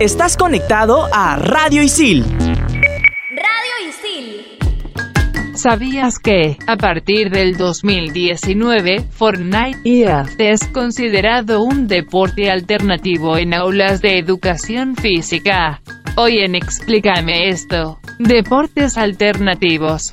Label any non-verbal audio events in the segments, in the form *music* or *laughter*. Estás conectado a Radio Isil. Radio Isil. ¿Sabías que, a partir del 2019, Fortnite EA es considerado un deporte alternativo en aulas de educación física? Hoy en Explícame esto, deportes alternativos.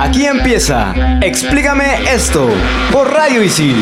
Aquí empieza Explícame esto por Radio Isil.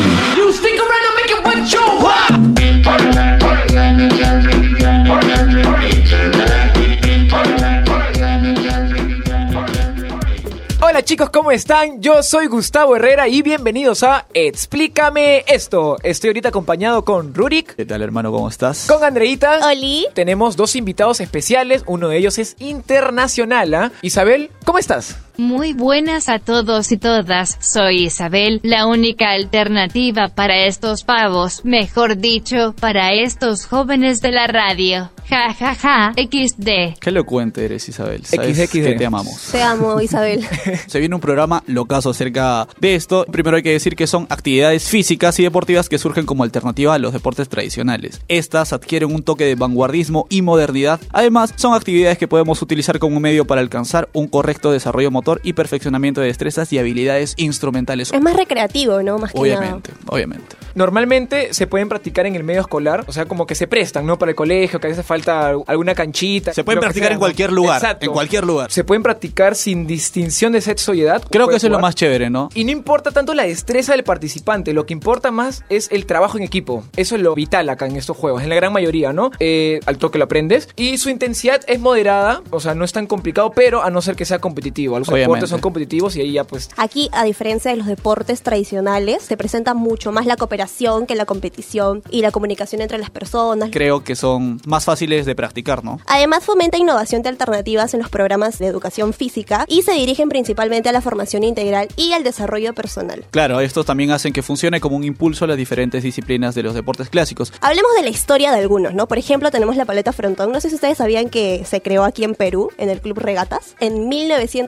Hola chicos, ¿cómo están? Yo soy Gustavo Herrera y bienvenidos a Explícame esto. Estoy ahorita acompañado con Rurik, ¿Qué tal, hermano? ¿Cómo estás? con Andreita. Oli. Tenemos dos invitados especiales, uno de ellos es internacional. ¿ah? Isabel, ¿cómo estás? Muy buenas a todos y todas, soy Isabel, la única alternativa para estos pavos, mejor dicho, para estos jóvenes de la radio. Ja ja ja, XD. Qué elocuente eres, Isabel. Sabes XXD. que te amamos. Te amo, Isabel. Se viene un programa locazo acerca de esto. Primero hay que decir que son actividades físicas y deportivas que surgen como alternativa a los deportes tradicionales. Estas adquieren un toque de vanguardismo y modernidad. Además, son actividades que podemos utilizar como un medio para alcanzar un correcto desarrollo motor y perfeccionamiento de destrezas y habilidades instrumentales. es más recreativo, ¿no? Más que Obviamente, obviamente. Normalmente se pueden practicar en el medio escolar, o sea, como que se prestan, ¿no? Para el colegio, que a veces falta alguna canchita. Se pueden lo que practicar sea, en ¿no? cualquier lugar, Exacto. en cualquier lugar. Se pueden practicar sin distinción de sexo y edad. Creo que Puedes eso es lo jugar. más chévere, ¿no? Y no importa tanto la destreza del participante, lo que importa más es el trabajo en equipo. Eso es lo vital acá en estos juegos, en la gran mayoría, ¿no? Eh, al toque lo aprendes. Y su intensidad es moderada, o sea, no es tan complicado, pero a no ser que sea competitivo. Algunos Obviamente. deportes son competitivos y ahí ya pues... Aquí, a diferencia de los deportes tradicionales, se presenta mucho más la cooperación que la competición y la comunicación entre las personas. Creo que son más fáciles de practicar, ¿no? Además, fomenta innovación de alternativas en los programas de educación física y se dirigen principalmente a la formación integral y al desarrollo personal. Claro, estos también hacen que funcione como un impulso a las diferentes disciplinas de los deportes clásicos. Hablemos de la historia de algunos, ¿no? Por ejemplo, tenemos la paleta frontón. No sé si ustedes sabían que se creó aquí en Perú, en el Club Regatas, en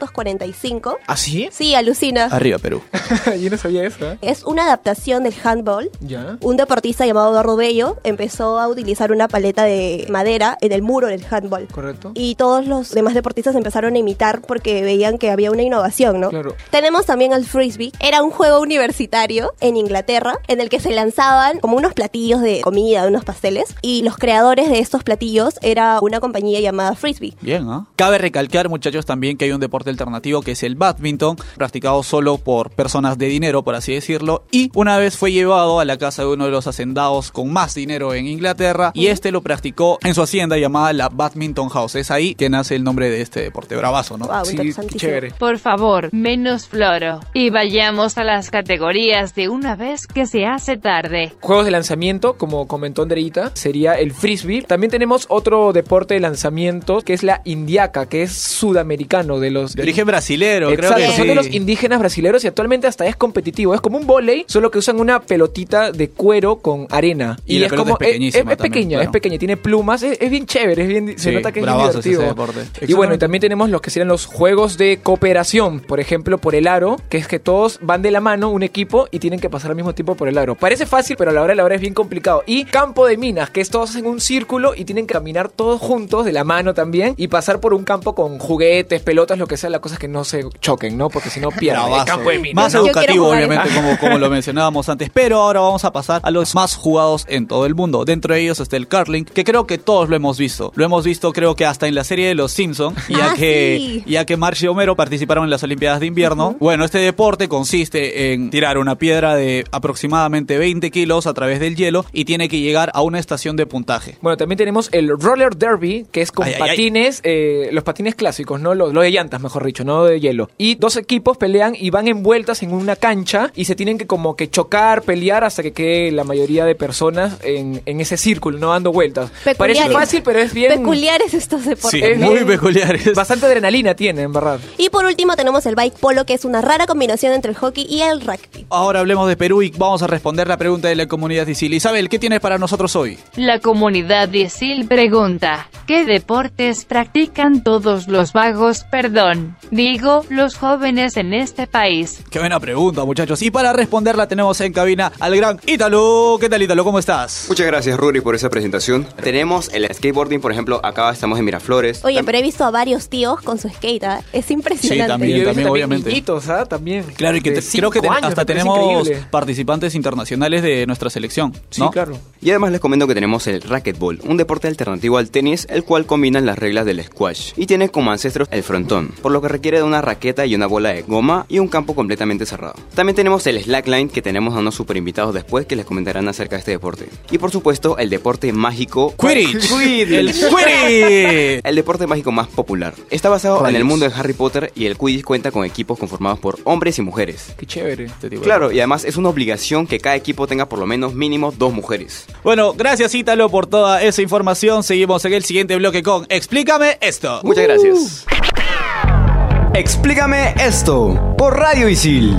1945. ¿Ah, sí? Sí, alucina. Arriba Perú. *laughs* Yo no sabía eso, ¿eh? Es una adaptación del handball. Ya. Un deportista llamado Eduardo Bello empezó a utilizar una paleta de madera en el muro del handball. Correcto. Y todos los demás deportistas empezaron a imitar porque veían que había una innovación, ¿no? Claro. Tenemos también al frisbee. Era un juego universitario en Inglaterra en el que se lanzaban como unos platillos de comida, unos pasteles. Y los creadores de estos platillos era una compañía llamada Frisbee. Bien, ¿ah? Cabe recalcar, muchachos, también que hay un deporte alternativo que es el badminton, practicado solo por personas de dinero, por así decirlo, y una vez fue llevado a la casa de uno de los hacendados con más dinero en Inglaterra, y este lo practicó en su hacienda llamada la Badminton House. Es ahí que nace el nombre de este deporte. Bravazo, ¿no? Wow, Sí, interesantísimo. chévere. Por favor, menos floro. Y vayamos a las categorías de una vez que se hace tarde. Juegos de lanzamiento, como comentó Andreita, sería el frisbee. También tenemos otro deporte de lanzamiento que es la indiaca, que es sudamericano de los De origen brasilero, Exacto, creo que son de sí. los indígenas brasileños y actualmente hasta es competitivo. Es como un volei, solo que usan una pelotita de cuero con arena. Y la es pelota como es pequeñísima es, es también, pequeña, claro. es pequeña, tiene plumas, es, es bien chévere, es bien, se Sí, nota que es bien bravazo es ese divertido. deporte. Y bueno, y Exactamente. también tenemos los que serían los juegos de cooperación, por ejemplo, por el aro, que es que todos van de la mano un equipo y tienen que pasar al mismo tiempo por el aro. Parece fácil, pero a la hora de la hora es bien complicado. Y campo de minas, que es todos en un círculo y tienen que caminar todos juntos de la mano también y pasar por un campo con juguetes, pelotas, lo que sea, las cosas que no se choquen, ¿no? Porque *laughs* si no pierden el Bravazo. campo de minas. Más ¿no? Yo quiero educativo, jugar obviamente, como, como *laughs* lo mencionábamos antes. Pero ahora vamos a pasar a los más jugados en todo el mundo. Dentro de ellos está el curling, que creo que todos lo hemos visto. Lo hemos visto, creo que hasta en la serie de Los Simpsons, ya Ah, que, sí. ya que Marge y Homero participaron en las Olimpiadas de Invierno. Bueno, este deporte consiste en tirar una piedra de aproximadamente 20 kilos a través del hielo y tiene que llegar a una estación de puntaje. Bueno, también tenemos el roller derby, que es con Ay, ay, ay. patines, eh, los patines clásicos, ¿no? Los, los de llantas, mejor dicho, no de hielo. Y dos equipos pelean y van envueltas en una cancha y se tienen que como que chocar, pelear llegar hasta que quede la mayoría de personas en, en ese círculo, no dando vueltas. Peculiares. Parece fácil, pero es bien... Peculiares estos deportes. Es muy bien- peculiares. Bastante adrenalina tiene, en verdad. Y por último tenemos el bike polo, que es una rara combinación entre el hockey y el rugby. Ahora hablemos de Perú y vamos a responder la pregunta de la comunidad Isil. Isabel, ¿qué tienes para nosotros hoy? La comunidad Isil pregunta, ¿qué deportes practican todos los vagos, perdón, digo, los jóvenes en este país? Qué buena pregunta, muchachos. Y para responderla tenemos en cabina al gran Ítalo. ¿Qué tal, Ítalo? ¿Cómo estás? Muchas gracias, Ruri, por esa presentación. Tenemos el skateboarding, por ejemplo, acá estamos en Miraflores. Oye, Tam- pero he visto a varios tíos con su skate, ¿ah? es impresionante. también. yo he visto obviamente. niñitos, ¿ah? También. Claro, y que te- De creo que cinco te- años, hasta me parece tenemos increíble. participantes internacionales de nuestra selección. Sí, ¿no? claro. Y además les comento que tenemos el racquetball, un deporte alternativo al tenis, el cual combina las reglas del squash y tiene como ancestros el frontón, por lo que requiere de una raqueta y una bola de goma y un campo completamente cerrado. También tenemos el slackline, que tenemos a unos super invitados después que les comentarán acerca de este deporte. Y por supuesto, el deporte mágico Quidditch. El Quidditch. El deporte mágico más popular. Está basado en el Rayos. mundo de Harry Potter y el Quidditch cuenta con equipos conformados por hombres y mujeres. Qué chévere. Claro, y además es una obligación que cada equipo tenga por lo menos mínimo dos mujeres. Bueno, gracias Ítalo por toda esa información. Seguimos en el siguiente bloque con Explícame esto. Muchas gracias. Explícame esto por Radio Isil.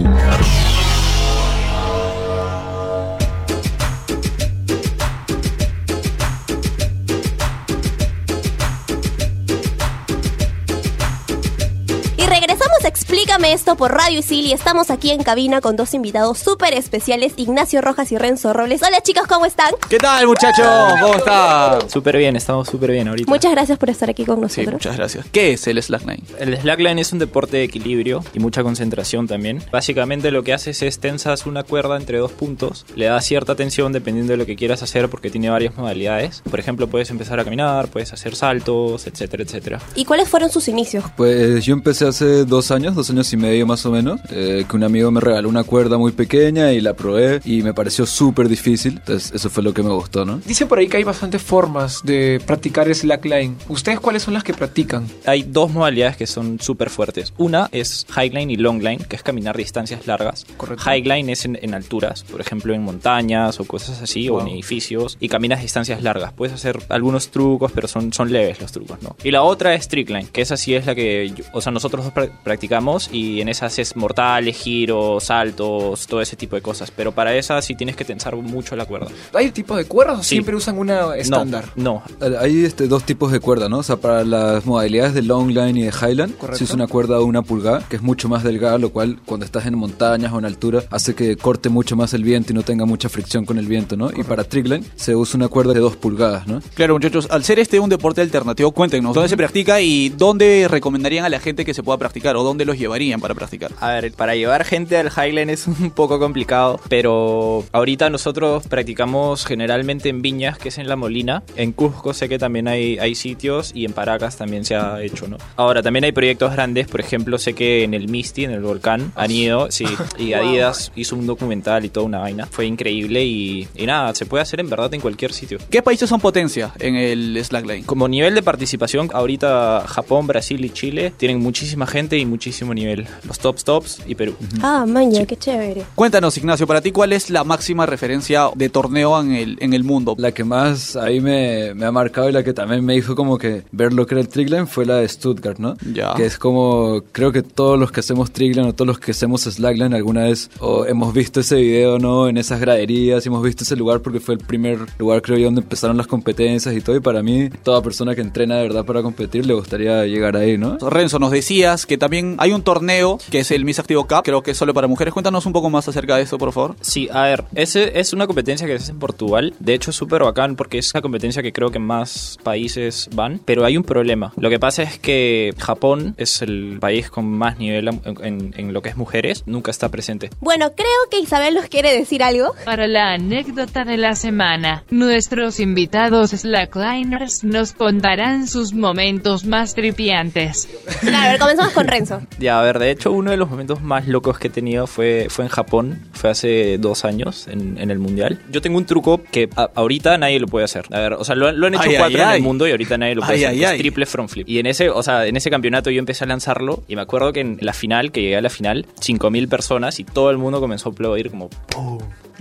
Y regresamos a Explícame esto por Radio Isil y estamos aquí en cabina con dos invitados súper especiales, Ignacio Rojas y Renzo Robles. Hola chicos, ¿cómo están? ¿Qué tal, muchachos? ¿Cómo está? Súper bien, estamos súper bien ahorita. Muchas gracias por estar aquí con nosotros. Sí, muchas gracias. ¿Qué es el slackline? El slackline es un deporte de equilibrio y mucha concentración también. Básicamente lo que haces es tensas una cuerda entre dos puntos, le das cierta tensión dependiendo de lo que quieras hacer porque tiene varias modalidades. Por ejemplo, puedes empezar a caminar, puedes hacer saltos, etcétera, etcétera. ¿Y cuáles fueron sus inicios? Pues yo empecé hace dos años, dos años y medio más o menos, eh, que un amigo me regaló una cuerda muy pequeña y la probé y me pareció súper difícil, entonces eso fue lo que me gustó, ¿no? Dicen por ahí que hay bastantes formas de practicar slackline. ¿Ustedes cuáles son las que practican? Hay dos modalidades que son súper fuertes. Una es highline y longline, que es caminar distancias largas. Correcto. Highline es en, en alturas, por ejemplo en montañas o cosas así, o en edificios, y caminas distancias largas. Puedes hacer algunos trucos, pero son, son leves los trucos, ¿no? Y la otra es trickline, que esa sí es la que, yo- o sea, nosotros dos pra- practicamos y en esa haces mortales, giros, saltos, todo ese tipo de cosas. Pero para esa sí tienes que tensar mucho la cuerda. ¿Hay tipos de cuerdas o Sí. siempre usan una estándar? No, no, Eh, Hay este, dos tipos de cuerda, ¿no? O sea, para las modalidades de long line y de highland, Correcto. si es una cuerda de una pulgada, que es mucho más delgada, lo cual cuando estás en montañas o en altura hace que corte mucho más el viento y no tenga mucha fricción con el viento, ¿no? Y para trickline se usa una cuerda de dos pulgadas, ¿no? Claro, muchachos, al ser este un deporte alternativo, cuéntenos dónde se practica y dónde recomendarían a la gente que se pueda practicar o dónde los llevarían para practicar. A ver, para llevar gente al Highland es un poco complicado, pero ahorita nosotros practicamos generalmente en Viñas, que es en La Molina. En Cusco sé que también hay, hay sitios y en Paracas también se ha hecho, ¿no? Ahora, también hay proyectos grandes, por ejemplo, sé que en el Misti, en el volcán, han ido, sí, y Adidas hizo un documental y toda una vaina. Fue increíble y, y nada, se puede hacer en verdad en cualquier sitio. ¿Qué países son potencia en el slackline? Como nivel de participación, ahorita Japón, Brasil y Chile tienen muchísima gente y muchísimo nivel. Los top tops y Perú. Mm. Ah, maña, qué chévere. Cuéntanos, Ignacio, para ti, ¿cuál es la máxima referencia de torneo en el, en el mundo? La que más ahí me, me ha marcado y la que también me dijo como que ver lo que era el trickline fue la de Stuttgart, ¿no? Ya. Que es como, creo que todos los que hacemos trickline o todos los que hacemos slackline alguna vez o hemos visto ese video, ¿no? En esas graderías, y hemos visto ese lugar porque fue el primer lugar, creo yo, donde empezaron las competencias y todo. Y para mí, toda persona que entrena de verdad para competir le gustaría llegar ahí, ¿no? Renzo, nos decías que también hay un torneo que es el Miss Activo Cup, creo que es solo para mujeres. Cuéntanos un poco más acerca de eso, por favor. Sí, a ver, ese es una competencia que se hace en Portugal. De hecho, es súper bacán porque es la competencia que creo que más países van. Pero hay un problema. Lo que pasa es que Japón es el país con más nivel en, en- en lo que es mujeres. Nunca está presente. Bueno, creo que Isabel nos quiere decir algo. Para la anécdota de la semana, nuestros invitados slackliners nos contarán sus momentos más tripiantes. Claro, a ver, comenzamos con Renzo. Ya, a ver, de hecho, uno de los momentos más locos que he tenido fue, fue en Japón. fue hace dos años en, en el mundial. Yo tengo un truco que a- ahorita nadie lo puede hacer. A ver, o sea, lo, han- lo han hecho Ay, ay, cuatro en ay. el mundo y ahorita nadie lo puede Ay, hacer. ay, que es ay. triple front flip. Y en ese, o sea, en ese campeonato yo empecé a lanzarlo y me acuerdo que en la final, que llegué a la final, 5.000 personas y todo el mundo comenzó a aplaudir como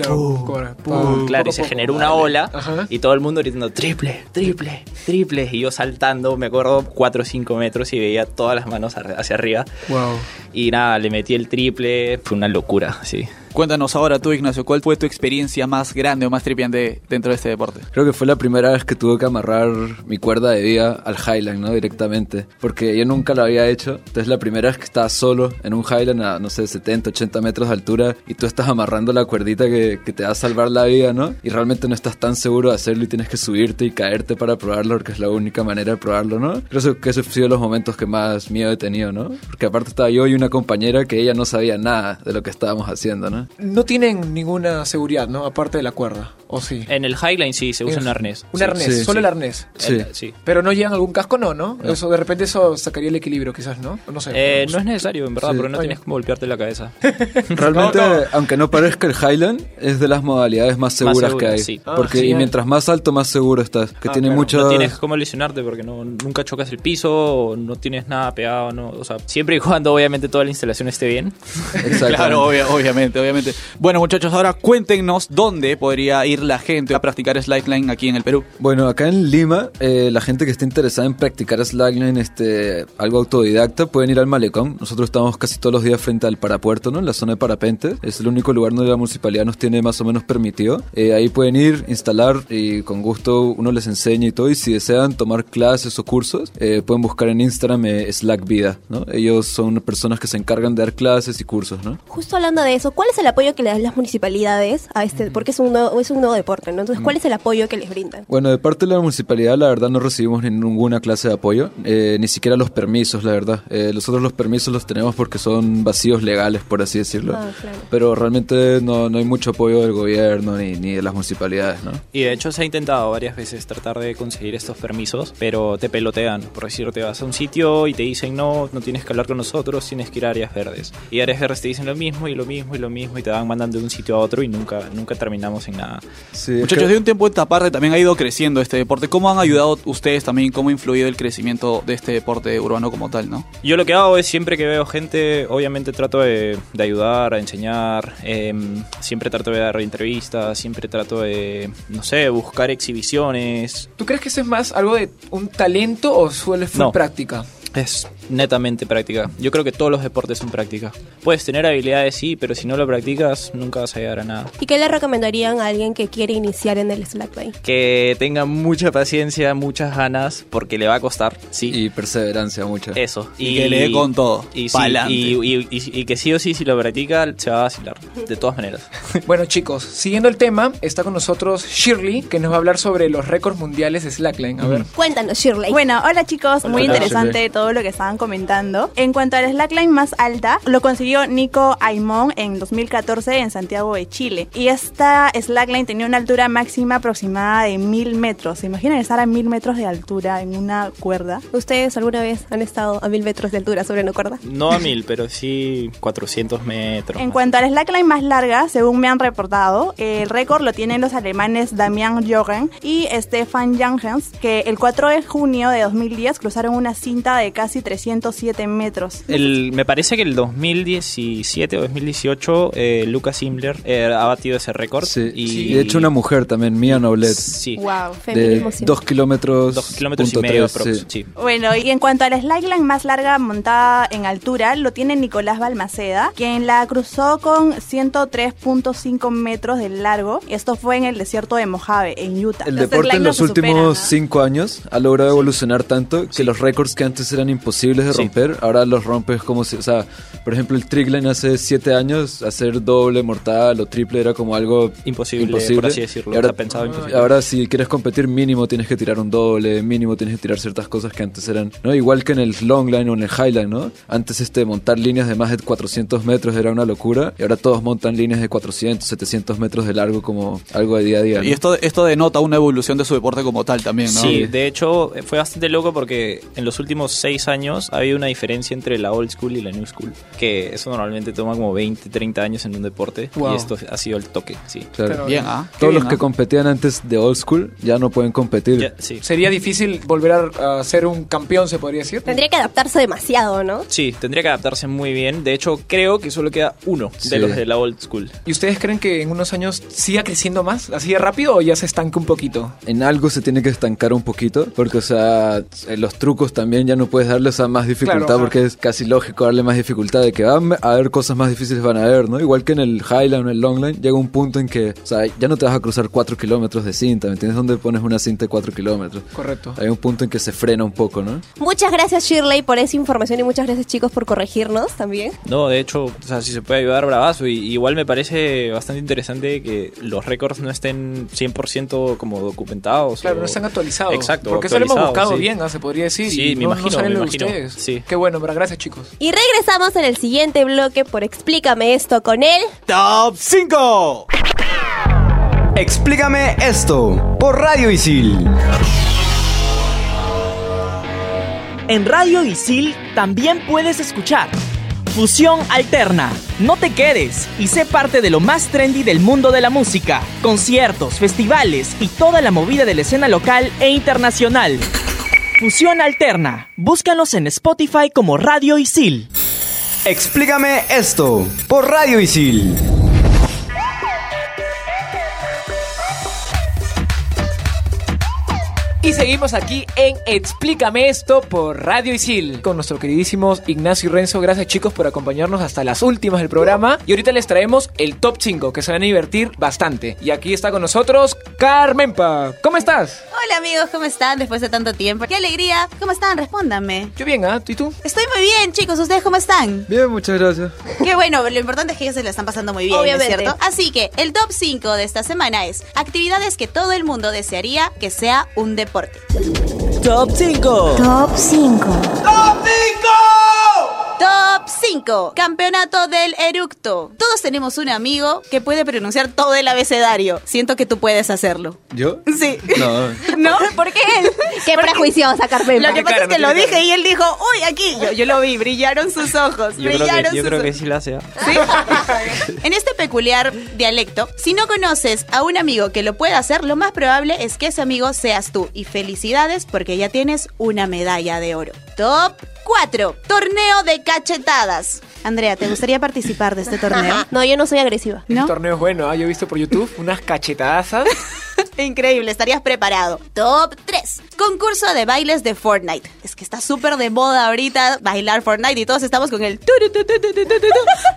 Pum, claro, y poco se a poco, generó una dale. ola y todo el mundo gritando triple, triple, triple. Y yo saltando, me acuerdo, 4 o 5 metros y veía todas las manos ar- hacia arriba. Wow. Y nada, le metí el triple, eh, fue una locura, sí. Cuéntanos ahora tú, Ignacio, ¿cuál fue tu experiencia más grande o más tripiante dentro de este deporte? Creo que fue la primera vez que tuve que amarrar mi cuerda de vida al Highland, ¿no? Directamente. Porque yo nunca lo había hecho. Entonces la primera vez que estaba solo en un Highland a, no sé, 70, 80 metros de altura y tú estás amarrando la cuerdita que, que te va a salvar la vida, ¿no? Y realmente no estás tan seguro de hacerlo y tienes que subirte y caerte para probarlo porque es la única manera de probarlo, ¿no? Creo que esos han sido los momentos que más miedo he tenido, ¿no? Porque aparte estaba yo y una compañera que ella no sabía nada de lo que estábamos haciendo, ¿no? No tienen ninguna seguridad, ¿no? Aparte de la cuerda, ¿o sí? En el Highline sí se usa Es- un arnés. Un Sí. arnés, Sí, solo sí. el arnés. Sí. El- sí. Pero no llevan algún casco, no, ¿no? No. Eso, de repente eso sacaría el equilibrio, quizás, ¿no? No sé. Eh, no es necesario, en verdad, Sí. porque no Oye. tienes como golpearte la cabeza. *laughs* Realmente, aunque no parezca el Highland, es de las modalidades más seguras segura, que hay. sí. Ah, Porque y genial. mientras más alto, más seguro estás. Que Ah, tiene claro. muchos... No tienes cómo lesionarte porque no, nunca chocas el piso, o no tienes nada pegado, no, o sea, siempre y cuando obviamente toda la instalación esté bien. Claro, obvia- obviamente, obviamente. Bueno, muchachos, ahora cuéntenos dónde podría ir la gente a practicar slackline aquí en el Perú. Bueno, acá en Lima, eh, la gente que esté interesada en practicar slackline, este, algo autodidacta, pueden ir al malecón. Nosotros estamos casi todos los días frente al parapuerto, ¿no? En la zona de parapente. Es el único lugar donde la municipalidad nos tiene más o menos permitido. Eh, ahí pueden ir, instalar y con gusto uno les enseña y todo. Y si desean tomar clases o cursos, eh, pueden buscar en Instagram eh, Slack Vida, ¿no? Ellos son personas que se encargan de dar clases y cursos, ¿no? Justo hablando de eso, ¿cuál es el apoyo que le dan las municipalidades a este? Mm. Porque es un nuevo, es un nuevo deporte, ¿no? Entonces, ¿cuál es el apoyo que les brindan? Bueno, de parte de la municipalidad, la verdad, no recibimos ni- ninguna clase de apoyo, eh, ni siquiera los permisos, la verdad. Eh, nosotros los permisos los tenemos porque son vacíos legales, por así decirlo. Ah, claro. Pero realmente no, no hay mucho apoyo del gobierno ni, ni de las municipalidades, ¿no? Y de hecho se ha intentado varias veces tratar de conseguir estos permisos, pero te pelotean. Por decir, te vas a un sitio y te dicen no, no tienes que hablar con nosotros, tienes que ir a áreas verdes. Y áreas verdes te dicen lo mismo y lo mismo y lo mismo y te van mandando de un sitio a otro y nunca, nunca terminamos en nada. Muchachos, de un tiempo esta parte también ha ido creciendo este deporte. ¿Cómo han ayudado ustedes también? ¿Cómo ha influido el crecimiento de este deporte urbano como tal, no? Yo lo que hago es siempre que veo gente, obviamente trato de, de ayudar, a enseñar, em, siempre trato de dar entrevistas, siempre trato de, no sé, buscar exhibiciones. ¿Tú crees que eso es más algo de un talento o suele ser No. *laughs* práctica? Es netamente práctica. Yo creo que todos los deportes son práctica. Puedes tener habilidades, sí, pero si no lo practicas, nunca vas a llegar a nada. ¿Y qué le recomendarían a alguien que quiere iniciar en el slackline? Que tenga mucha paciencia, muchas ganas, porque le va a costar, sí. Y perseverancia, mucha. Eso. Y que le dé con todo. Y, sí, Pa'lante. y, y- y- y que sí o sí, si lo practica, se va a vacilar. De todas maneras. Bueno chicos, siguiendo el tema, está con nosotros Shirley, que nos va a hablar sobre los récords mundiales de slackline. A ver. Cuéntanos, Shirley. Bueno, hola chicos, muy Hola, interesante Shirley. todo lo que estaban comentando. En cuanto a la slackline más alta, lo consiguió Nico Aimón en 2014 en Santiago de Chile. Y esta slackline tenía una altura máxima aproximada de 1000 metros. ¿Se imaginan estar a 1000 metros de altura en una cuerda? ¿Ustedes alguna vez han estado a mil metros de altura sobre una cuerda? No a mil, pero sí 400 metros. En cuanto a la slackline más larga, según me han reportado, el récord lo tienen los alemanes Damian Jorgen y Stefan Jangens, que el 4 de junio de 2010 cruzaron una cinta de casi 307 metros. El- me parece que el 2017 o 2018 eh, Lucas Simler eh, ha batido ese récord. Y, Y de hecho, una mujer también, Mía Noblet. Sí. Wow, De feminismo siempre. 2 kilómetros. Dos kilómetros y punto medio tres, aprox, sí. sí. Bueno, y en cuanto a la slackline más larga montada en altura, lo tiene Nicolás Balmaceda, quien la cruzó con 103.5 metros de largo. Esto fue en el desierto de Mojave, en Utah. El Los deporte en slackline no los se superan, últimos cinco años ha logrado evolucionar tanto que los récords que antes eran imposibles de romper, ahora los rompes como si, o sea, por ejemplo, el trickline hace siete años, hacer doble, mortal o triple era como algo Imposible, por así decirlo, Y ahora, está pensado imposible. ahora si quieres competir mínimo tienes que tirar un doble, mínimo tienes que tirar ciertas cosas que antes eran, ¿no? Igual que en el longline o en el highline, ¿no? Antes este montar líneas de más de 400 metros era una locura y ahora todos montan líneas de 400, 700 metros de largo como algo de día a día. ¿no? Y esto, esto denota una evolución de su deporte como tal también, ¿no? Sí, de hecho eh, fue bastante loco porque en los últimos 6 años ha habido una diferencia entre la old school y la new school. Que eso normalmente toma como 20, 30 años en un deporte. Wow. Y esto ha sido el toque, sí. Claro. ¿ah? Todos los que competían antes de old school ya no pueden competir. Sería difícil volver a, a ser un campeón, se podría decir. Tendría que adaptarse demasiado, ¿no? Sí, tendría que adaptarse muy bien. De hecho, creo que solo queda uno Sí. de los de la old school. ¿Y ustedes creen que en unos años siga creciendo más? ¿Así de rápido o ya se estanca un poquito? En algo se tiene que estancar un poquito, porque, o sea, eh, los trucos también ya no puedes darles a más dificultad, Claro, ajá. porque es casi lógico darle más dificultad, de que van a haber cosas más difíciles, van a haber, ¿no? Igual que en el Highline o en el Longline, llega un punto en que, o sea, ya no te vas a cruzar 4 kilómetros de cinta, ¿me entiendes? ¿Dónde pones una cinta de 4 kilómetros? Correcto. Hay un punto en que se frena un poco, ¿no? Muchas gracias Shirley por esa información y muchas gracias chicos por corregirnos también. No, de hecho, o sea, si se puede ayudar, bravazo. Y, igual me parece bastante interesante que los récords no estén 100% como documentados. Claro, o- no están actualizados. Exacto. Porque eso lo hemos actualizados, buscado sí. bien, ¿ah? se podría decir. Sí, y me no- no imagino, salen lo me de imagino. ustedes. Sí. Qué bueno, pero gracias, chicos. Y regresamos en el siguiente bloque por Explícame esto con él. Top 5. Explícame esto por Radio Isil. En Radio Isil también puedes escuchar Fusión Alterna. No te quedes y sé parte de lo más trendy del mundo de la música. Conciertos, festivales y toda la movida de la escena local e internacional. Fusión Alterna. Búscanos en Spotify como Radio Isil. Explícame esto por Radio Isil. Y seguimos aquí en Explícame esto por Radio Isil con nuestro queridísimo Ignacio y Renzo. Gracias chicos por acompañarnos hasta las últimas del programa. Y ahorita les traemos el top 5 que se van a divertir bastante. Y aquí está con nosotros Carmenpa. ¿Cómo estás? Hola amigos, ¿cómo están después de tanto tiempo? ¡Qué alegría! ¿Cómo están? Respóndanme. Yo bien, ¿ah? ¿Y tú? Estoy muy bien, chicos. ¿Ustedes cómo están? Bien, muchas gracias. Qué bueno, lo importante es que ellos se la están pasando muy bien, ¿no es Obviamente. cierto? Así que el top 5 de esta semana es actividades que todo el mundo desearía que sea un deporte. Top 5. Top 5. Top 5. Campeonato del eructo. Todos tenemos un amigo que puede pronunciar todo el abecedario. Siento que tú puedes hacerlo. ¿Yo? Sí. No. *laughs* ¿No? ¿Por qué él? *laughs* Qué prejuiciosa, Carmen. Lo que Qué pasa cara, es que no lo tiene dije cara. y él dijo, uy, aquí. Yo, yo lo vi, brillaron sus ojos. Yo creo, brillaron que, yo sus creo que ojos. sí la *laughs* hace. ¿ah? ¿Sí? en este peculiar dialecto, si no conoces a un amigo que lo pueda hacer, lo más probable es que ese amigo seas tú. Y felicidades porque ya tienes una medalla de oro. Top 4. Torneo de cachetadas. Andrea, ¿te gustaría participar de este torneo? *laughs* No, yo no soy agresiva. El torneo es bueno, ¿ah? Yo he visto por YouTube unas cachetadazas. Increíble, estarías preparado. Top 3. Concurso de bailes de Fortnite. Es que está súper de moda ahorita bailar Fortnite y todos estamos con el tu, tu, tu, tu, tu, tu, tu, tu,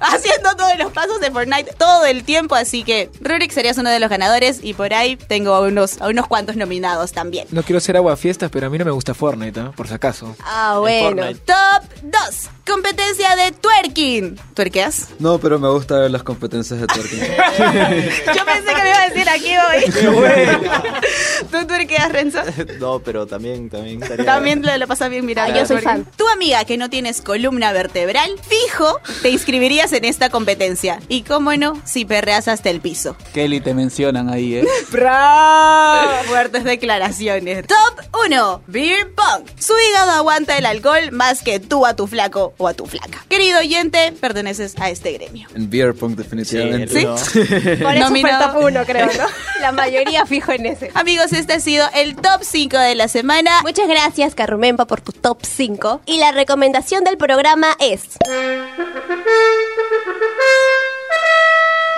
haciendo todos los pasos de Fortnite todo el tiempo, así que Rurik serías uno de los ganadores y por ahí tengo a unos, a unos cuantos nominados también. No quiero ser aguafiestas, pero a mí no me gusta Fortnite, ¿ah? Por si acaso. Ah, bueno. Fortnite. Top 2. Competencia de twerking. ¿Tuerqueas? No, pero me gusta ver las competencias de twerking. Yo pensé que me iba a decir aquí hoy. *laughs* ¿Tú tuerqueas, Renzo? No, pero también, también estaría- También lo, lo pasas bien mirando. Ah, yo soy fan. Tu amiga que no tienes columna vertebral, fijo, te inscribirías en esta competencia. Y cómo no, si perreas hasta el piso. Kelly te mencionan ahí, ¿eh? Fuertes declaraciones. Top 1. Beer Punk. Su hígado aguanta el alcohol más que tú a tu flaco o a tu flaca. Querido oyente, perteneces a este gremio. En beer pong, definitivamente. Sí, el- *laughs* Por eso fue el Nominado- top 1, *laughs* creo, ¿no? La mayoría fijo en ese. Amigos, este ha sido el top 5 de la semana. Muchas gracias, Carmenpa, por tu top 5. Y la recomendación del programa es.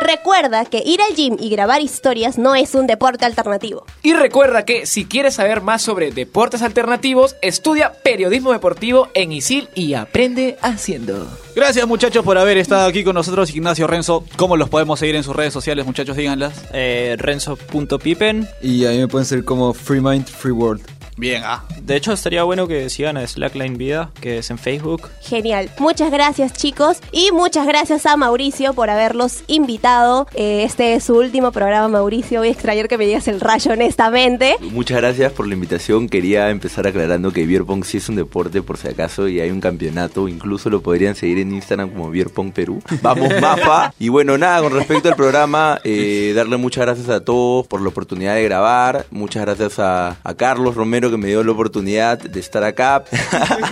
Recuerda que ir al gym y grabar historias no es un deporte alternativo. Y recuerda que si quieres saber más sobre deportes alternativos, estudia periodismo deportivo en ISIL y aprende haciendo. *laughs* Gracias muchachos por haber estado aquí con nosotros, Ignacio Renzo. ¿Cómo los podemos seguir en sus redes sociales, muchachos? Díganlas. Renzo.pipen. Y ahí me pueden seguir como Free Mind, Free World. Bien, ah. De hecho, estaría bueno que sigan a Slackline Vida, que es en Facebook. Genial. Muchas gracias, chicos. Y muchas gracias a Mauricio por haberlos invitado. Eh, este es su último programa, Mauricio. Voy a extrañar que me digas el rayo, honestamente. Muchas gracias por la invitación. Quería empezar aclarando que beer pong sí es un deporte por si acaso y hay un campeonato. Incluso lo podrían seguir en Instagram como beer pong Perú. *laughs* Vamos mapa. Y bueno, nada, con respecto al programa, eh, darle muchas gracias a todos por la oportunidad de grabar. Muchas gracias a, a Carlos Romero primero que me dio la oportunidad de estar acá.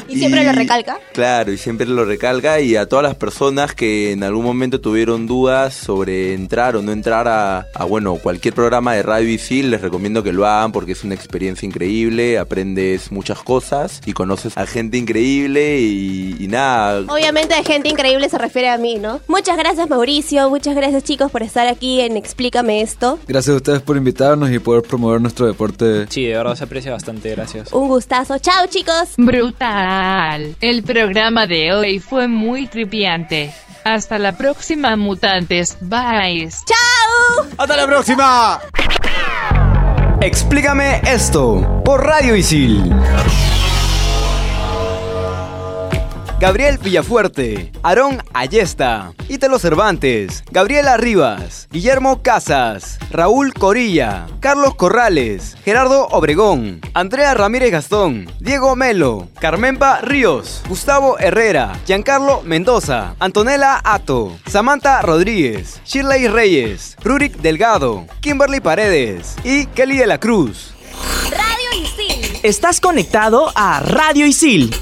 Y siempre lo recalca. Claro, y siempre lo recalca y a todas las personas que en algún momento tuvieron dudas sobre entrar o no entrar a, a, bueno, cualquier programa de Radio Isil, les recomiendo que lo hagan porque es una experiencia increíble, aprendes muchas cosas y conoces a gente increíble y, y nada. Obviamente de gente increíble se refiere a mí, ¿no? Muchas gracias Mauricio, muchas gracias chicos por estar aquí en Explícame esto. Gracias a ustedes por invitarnos y poder promover nuestro deporte. Sí, de verdad se aprecia bastante, gracias. Un gustazo, chao chicos. Brutal. El programa de hoy fue muy tripiante. Hasta la próxima, mutantes. Bye. ¡Chao! ¡Hasta la próxima! Explícame esto por Radio Isil. Gabriel Villafuerte, Aarón Ayesta, Ítalo Cervantes, Gabriela Rivas, Guillermo Casas, Raúl Corilla, Carlos Corrales, Gerardo Obregón, Andrea Ramírez Gastón, Diego Melo, Carmenpa Ríos, Gustavo Herrera, Giancarlo Mendoza, Antonella Ato, Samantha Rodríguez, Shirley Reyes, Rurik Delgado, Kimberly Paredes y Kelly de la Cruz. Radio Isil. Estás conectado a Radio Isil.